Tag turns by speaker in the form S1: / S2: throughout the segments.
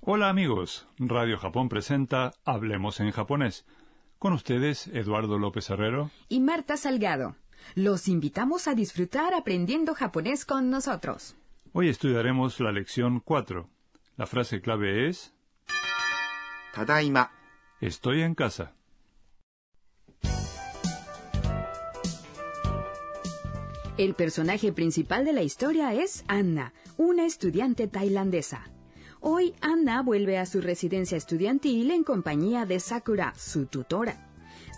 S1: Hola amigos, Radio Japón presenta Hablemos en japonés. Con ustedes, Eduardo López Herrero.
S2: y Marta Salgado. Los invitamos a disfrutar aprendiendo japonés con nosotros.
S1: Hoy estudiaremos la lección 4. La frase clave es
S3: ただいま、
S1: Estoy en casa.
S2: El personaje principal de la historia es Anna, una estudiante tailandesa. Hoy Anna vuelve a su residencia estudiantil en compañía de Sakura, su tutora.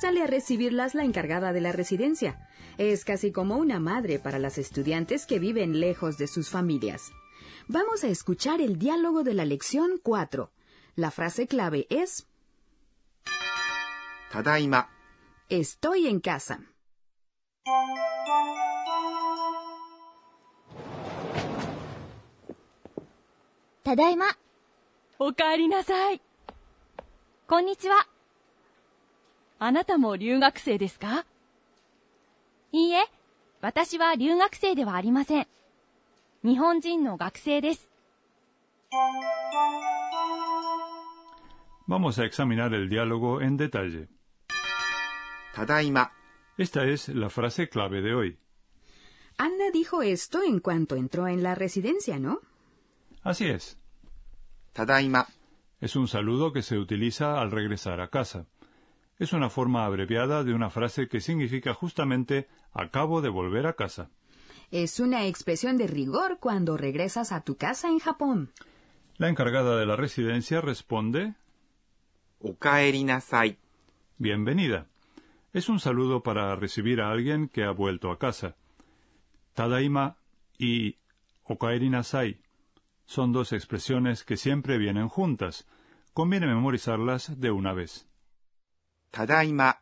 S2: Sale a recibirlas la encargada de la residencia. Es casi como una madre para las estudiantes que viven lejos de sus familias. Vamos a escuchar el diálogo de la lección 4. La frase clave es
S3: ただいま、
S2: Estoy en casa.
S4: ただいま。
S5: おかえりなさい。
S4: こんにちは。
S5: あなたも留学生ですか
S4: いいえ、私は留学生ではありません。日本人の学生です。
S1: Vamos a examinar el diálogo en detalle.
S3: ただいま、
S1: Esta es la frase clave de hoy.
S2: Anna dijo esto en cuanto entró en la residencia, ¿no?
S1: Así es.
S3: ただいま、
S1: Es un saludo que se utiliza al regresar a casa. Es una forma abreviada de una frase que significa justamente acabo de volver a casa.
S2: Es una expresión de rigor cuando regresas a tu casa en Japón.
S1: La encargada de la residencia responde
S3: おかえりなさい、
S1: Bienvenida. Es un saludo para recibir a alguien que ha vuelto a casa. Tadaima y Okaeri nasai son dos expresiones que siempre vienen juntas. Conviene memorizarlas de una vez.
S3: ただいま、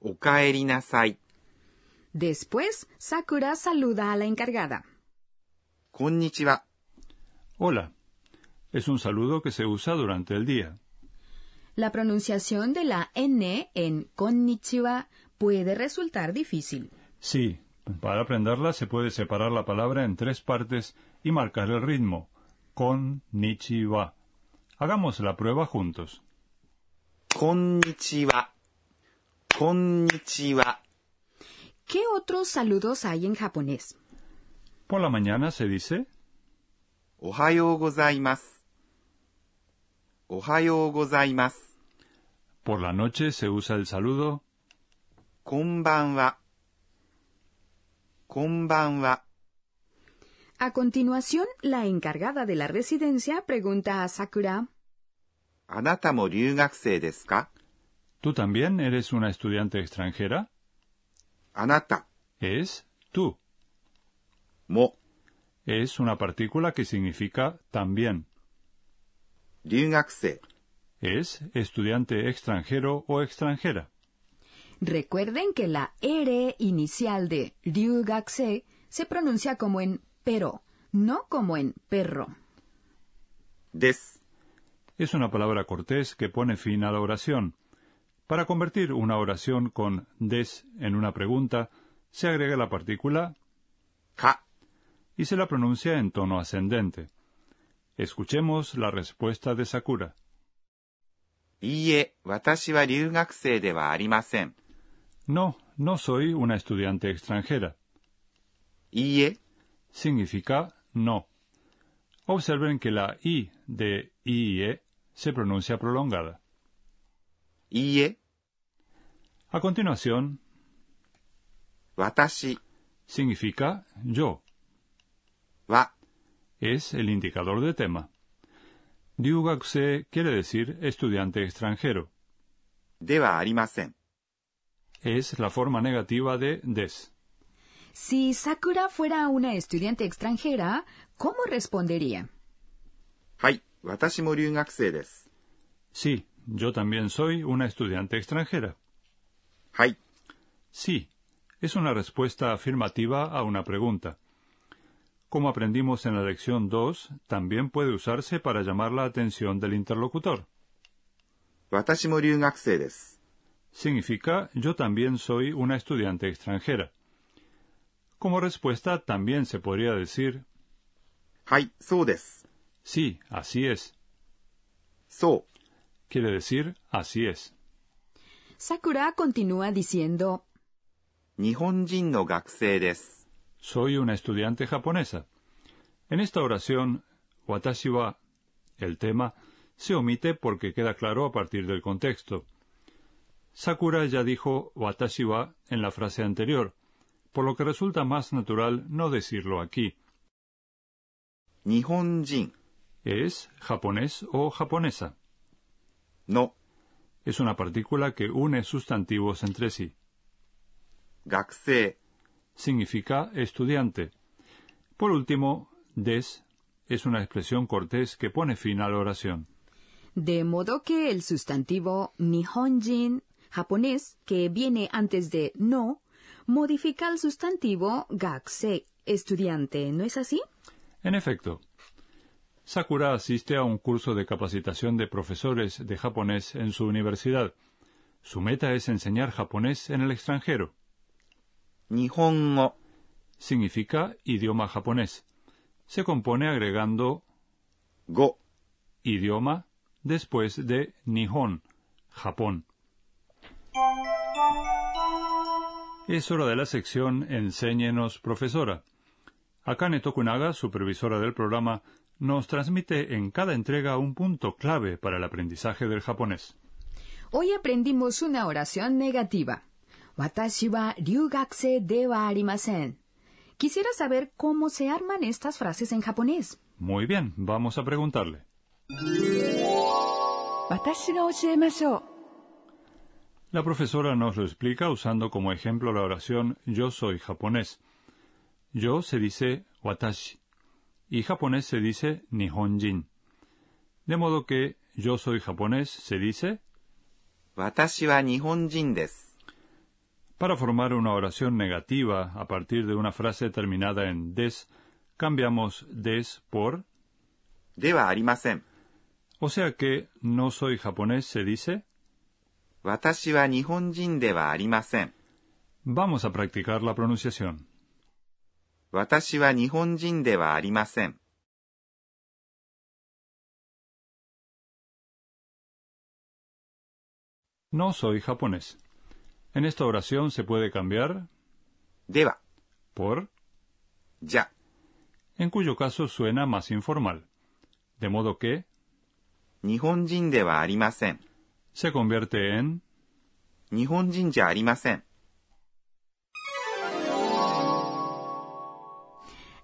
S3: おかえりなさい、
S2: Después, Sakura saluda a la encargada.
S3: こんにちは、
S1: Hola. Es un saludo que se usa durante el día.
S2: La pronunciación de la N en konnichiwa puede resultar difícil.
S1: Sí, para aprenderla se puede separar la palabra en tres partes y marcar el ritmo. Konnichiwa. Hagamos la prueba juntos.
S3: こんにちは、こんにちは、
S2: ¿Qué otros saludos hay en japonés?
S1: Por la mañana se dice
S3: おはようございます。おはようございます。
S1: Por la noche se usa el saludo
S3: こんばんは。こんばんは。
S2: A continuación, la encargada de la residencia pregunta a Sakura,
S3: あなたも留学生ですか
S1: ¿Tú también eres una estudiante extranjera?
S3: あなた
S1: Es tú.
S3: も
S1: Es una partícula que significa también.
S3: 留学生。
S1: Es estudiante extranjero o extranjera.
S2: recuerden que la R inicial de ryugakse se pronuncia como en pero, no como en perro.
S3: です。
S1: Es una palabra cortés que pone fin a la oración. Para convertir una oración con des en una pregunta, se agrega la partícula
S3: か。
S1: y se la pronuncia en tono ascendente. Escuchemos la respuesta de Sakura.
S3: いいえ、私は留学生ではありません。
S1: No, no soy una estudiante extranjera.
S3: いいえ、
S1: significa no. Observen que la i de ie se pronuncia prolongada.
S3: いいえ、
S1: A continuación,
S3: 私
S1: significa yo.
S3: は
S1: Es el indicador de tema. Ryugakuse quiere decir estudiante extranjero.
S3: ではありません。
S1: Es la forma negativa de des.
S2: Si Sakura fuera una estudiante extranjera, ¿cómo respondería?
S3: はい、私も留学生です。
S1: Sí, yo también soy una estudiante extranjera.
S3: はい、
S1: Sí, es una respuesta afirmativa a una pregunta. Como aprendimos en la lección 2, también puede usarse para llamar la atención del interlocutor.
S3: 私も留学生です。
S1: Significa yo también soy una estudiante extranjera. Como respuesta también se podría decir
S3: はい、そうです。
S1: sí, así es.
S3: そう
S1: Quiere decir, así es.
S2: Sakura continúa diciendo,
S3: 日本人の学生です。
S1: Soy una estudiante japonesa. En esta oración, watashi wa, el tema, se omite porque queda claro a partir del contexto. Sakura ya dijo watashi wa en la frase anterior, por lo que resulta más natural no decirlo aquí.
S3: 日本人
S1: Es japonés o japonesa.
S3: の
S1: Es una partícula que une sustantivos entre sí.
S3: 学生
S1: significa estudiante. Por último, des es una expresión cortés que pone fin a la oración.
S2: de modo que el sustantivo nihonjin, japonés, que viene antes de no, modifica el sustantivo gakusei, estudiante, ¿no es así?
S1: En efecto, Sakura asiste a un curso de capacitación de profesores de japonés en su universidad. Su meta es enseñar japonés en el extranjero.
S3: 日本語
S1: Significa idioma japonés. Se compone agregando
S3: 語
S1: idioma después de Nihon, Japón. Es hora de la sección Enséñenos, profesora. Akane Tokunaga, supervisora del programa, nos transmite en cada entrega un punto clave para el aprendizaje del japonés.
S2: Hoy aprendimos una oración negativa. Watashi wa ryugakusei de wa arimasen. Quisiera saber cómo se arman estas frases en japonés.
S1: Muy bien, vamos a preguntarle.
S5: 私が教えましょう。
S1: La profesora nos lo explica usando como ejemplo la oración yo soy japonés. Yo se dice watashi y japonés se dice nihonjin. De modo que yo soy japonés se dice
S3: 私は日本人です。
S1: para formar una oración negativa a partir de una frase terminada en des, cambiamos des por,
S3: ではありません。
S1: o sea que no soy japonés se dice
S3: 私は日本人ではありません。
S1: vamos a practicar la pronunciación.
S3: 私は日本人ではありません。
S1: No soy japonés. En esta oración se puede cambiar
S3: では、
S1: por
S3: じゃ、
S1: en cuyo caso suena más informal. De modo que
S3: 日本人ではありません。
S1: se convierte en
S3: 日本人じゃありません。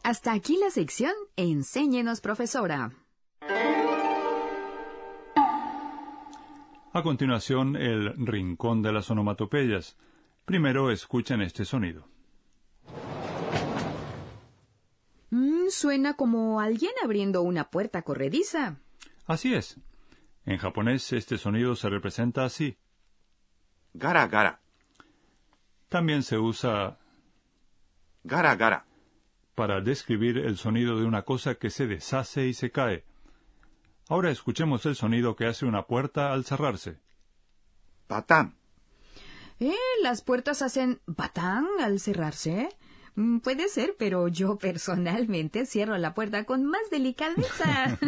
S2: Hasta aquí la sección Enséñenos, profesora.
S1: a continuación el rincón de las onomatopeyas. Primero escuchen este sonido.
S2: Mm, suena como alguien abriendo una puerta corrediza.
S1: Así es. En japonés este sonido se representa así.
S3: ガラガラ、
S1: También se usa
S3: ガラガラ、
S1: para describir el sonido de una cosa que se deshace y se cae. Ahora escuchemos el sonido que hace una puerta al cerrarse.
S3: バタン、
S2: Eh, las puertas hacen batán al cerrarse. Mm, puede ser, pero yo personalmente cierro la puerta con más delicadeza.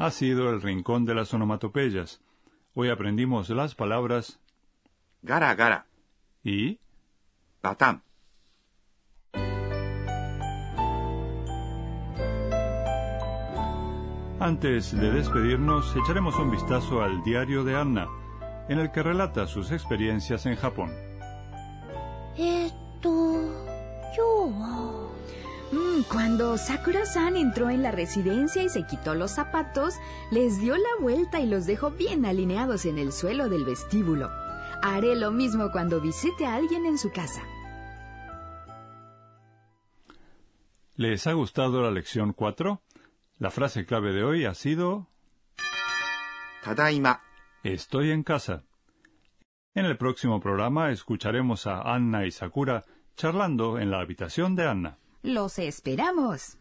S1: Ha sido el rincón de las onomatopeyas. Hoy aprendimos las palabras
S3: ガラガラ、
S1: y
S3: バタン。
S1: Antes de despedirnos, echaremos un vistazo al diario de Anna, en el que relata sus experiencias en Japón.
S4: えーっと今日は
S2: Mm, Cuando Sakura-san entró en la residencia y se quitó los zapatos, les dio la vuelta y los dejó bien alineados en el suelo del vestíbulo. Haré lo mismo cuando visite a alguien en su casa.
S1: ¿Les ha gustado la lección 4? La frase clave de hoy ha sido
S3: ただいま、
S1: Estoy en casa. En el próximo programa escucharemos a Anna y Sakura charlando en la habitación de Anna.
S2: Los esperamos.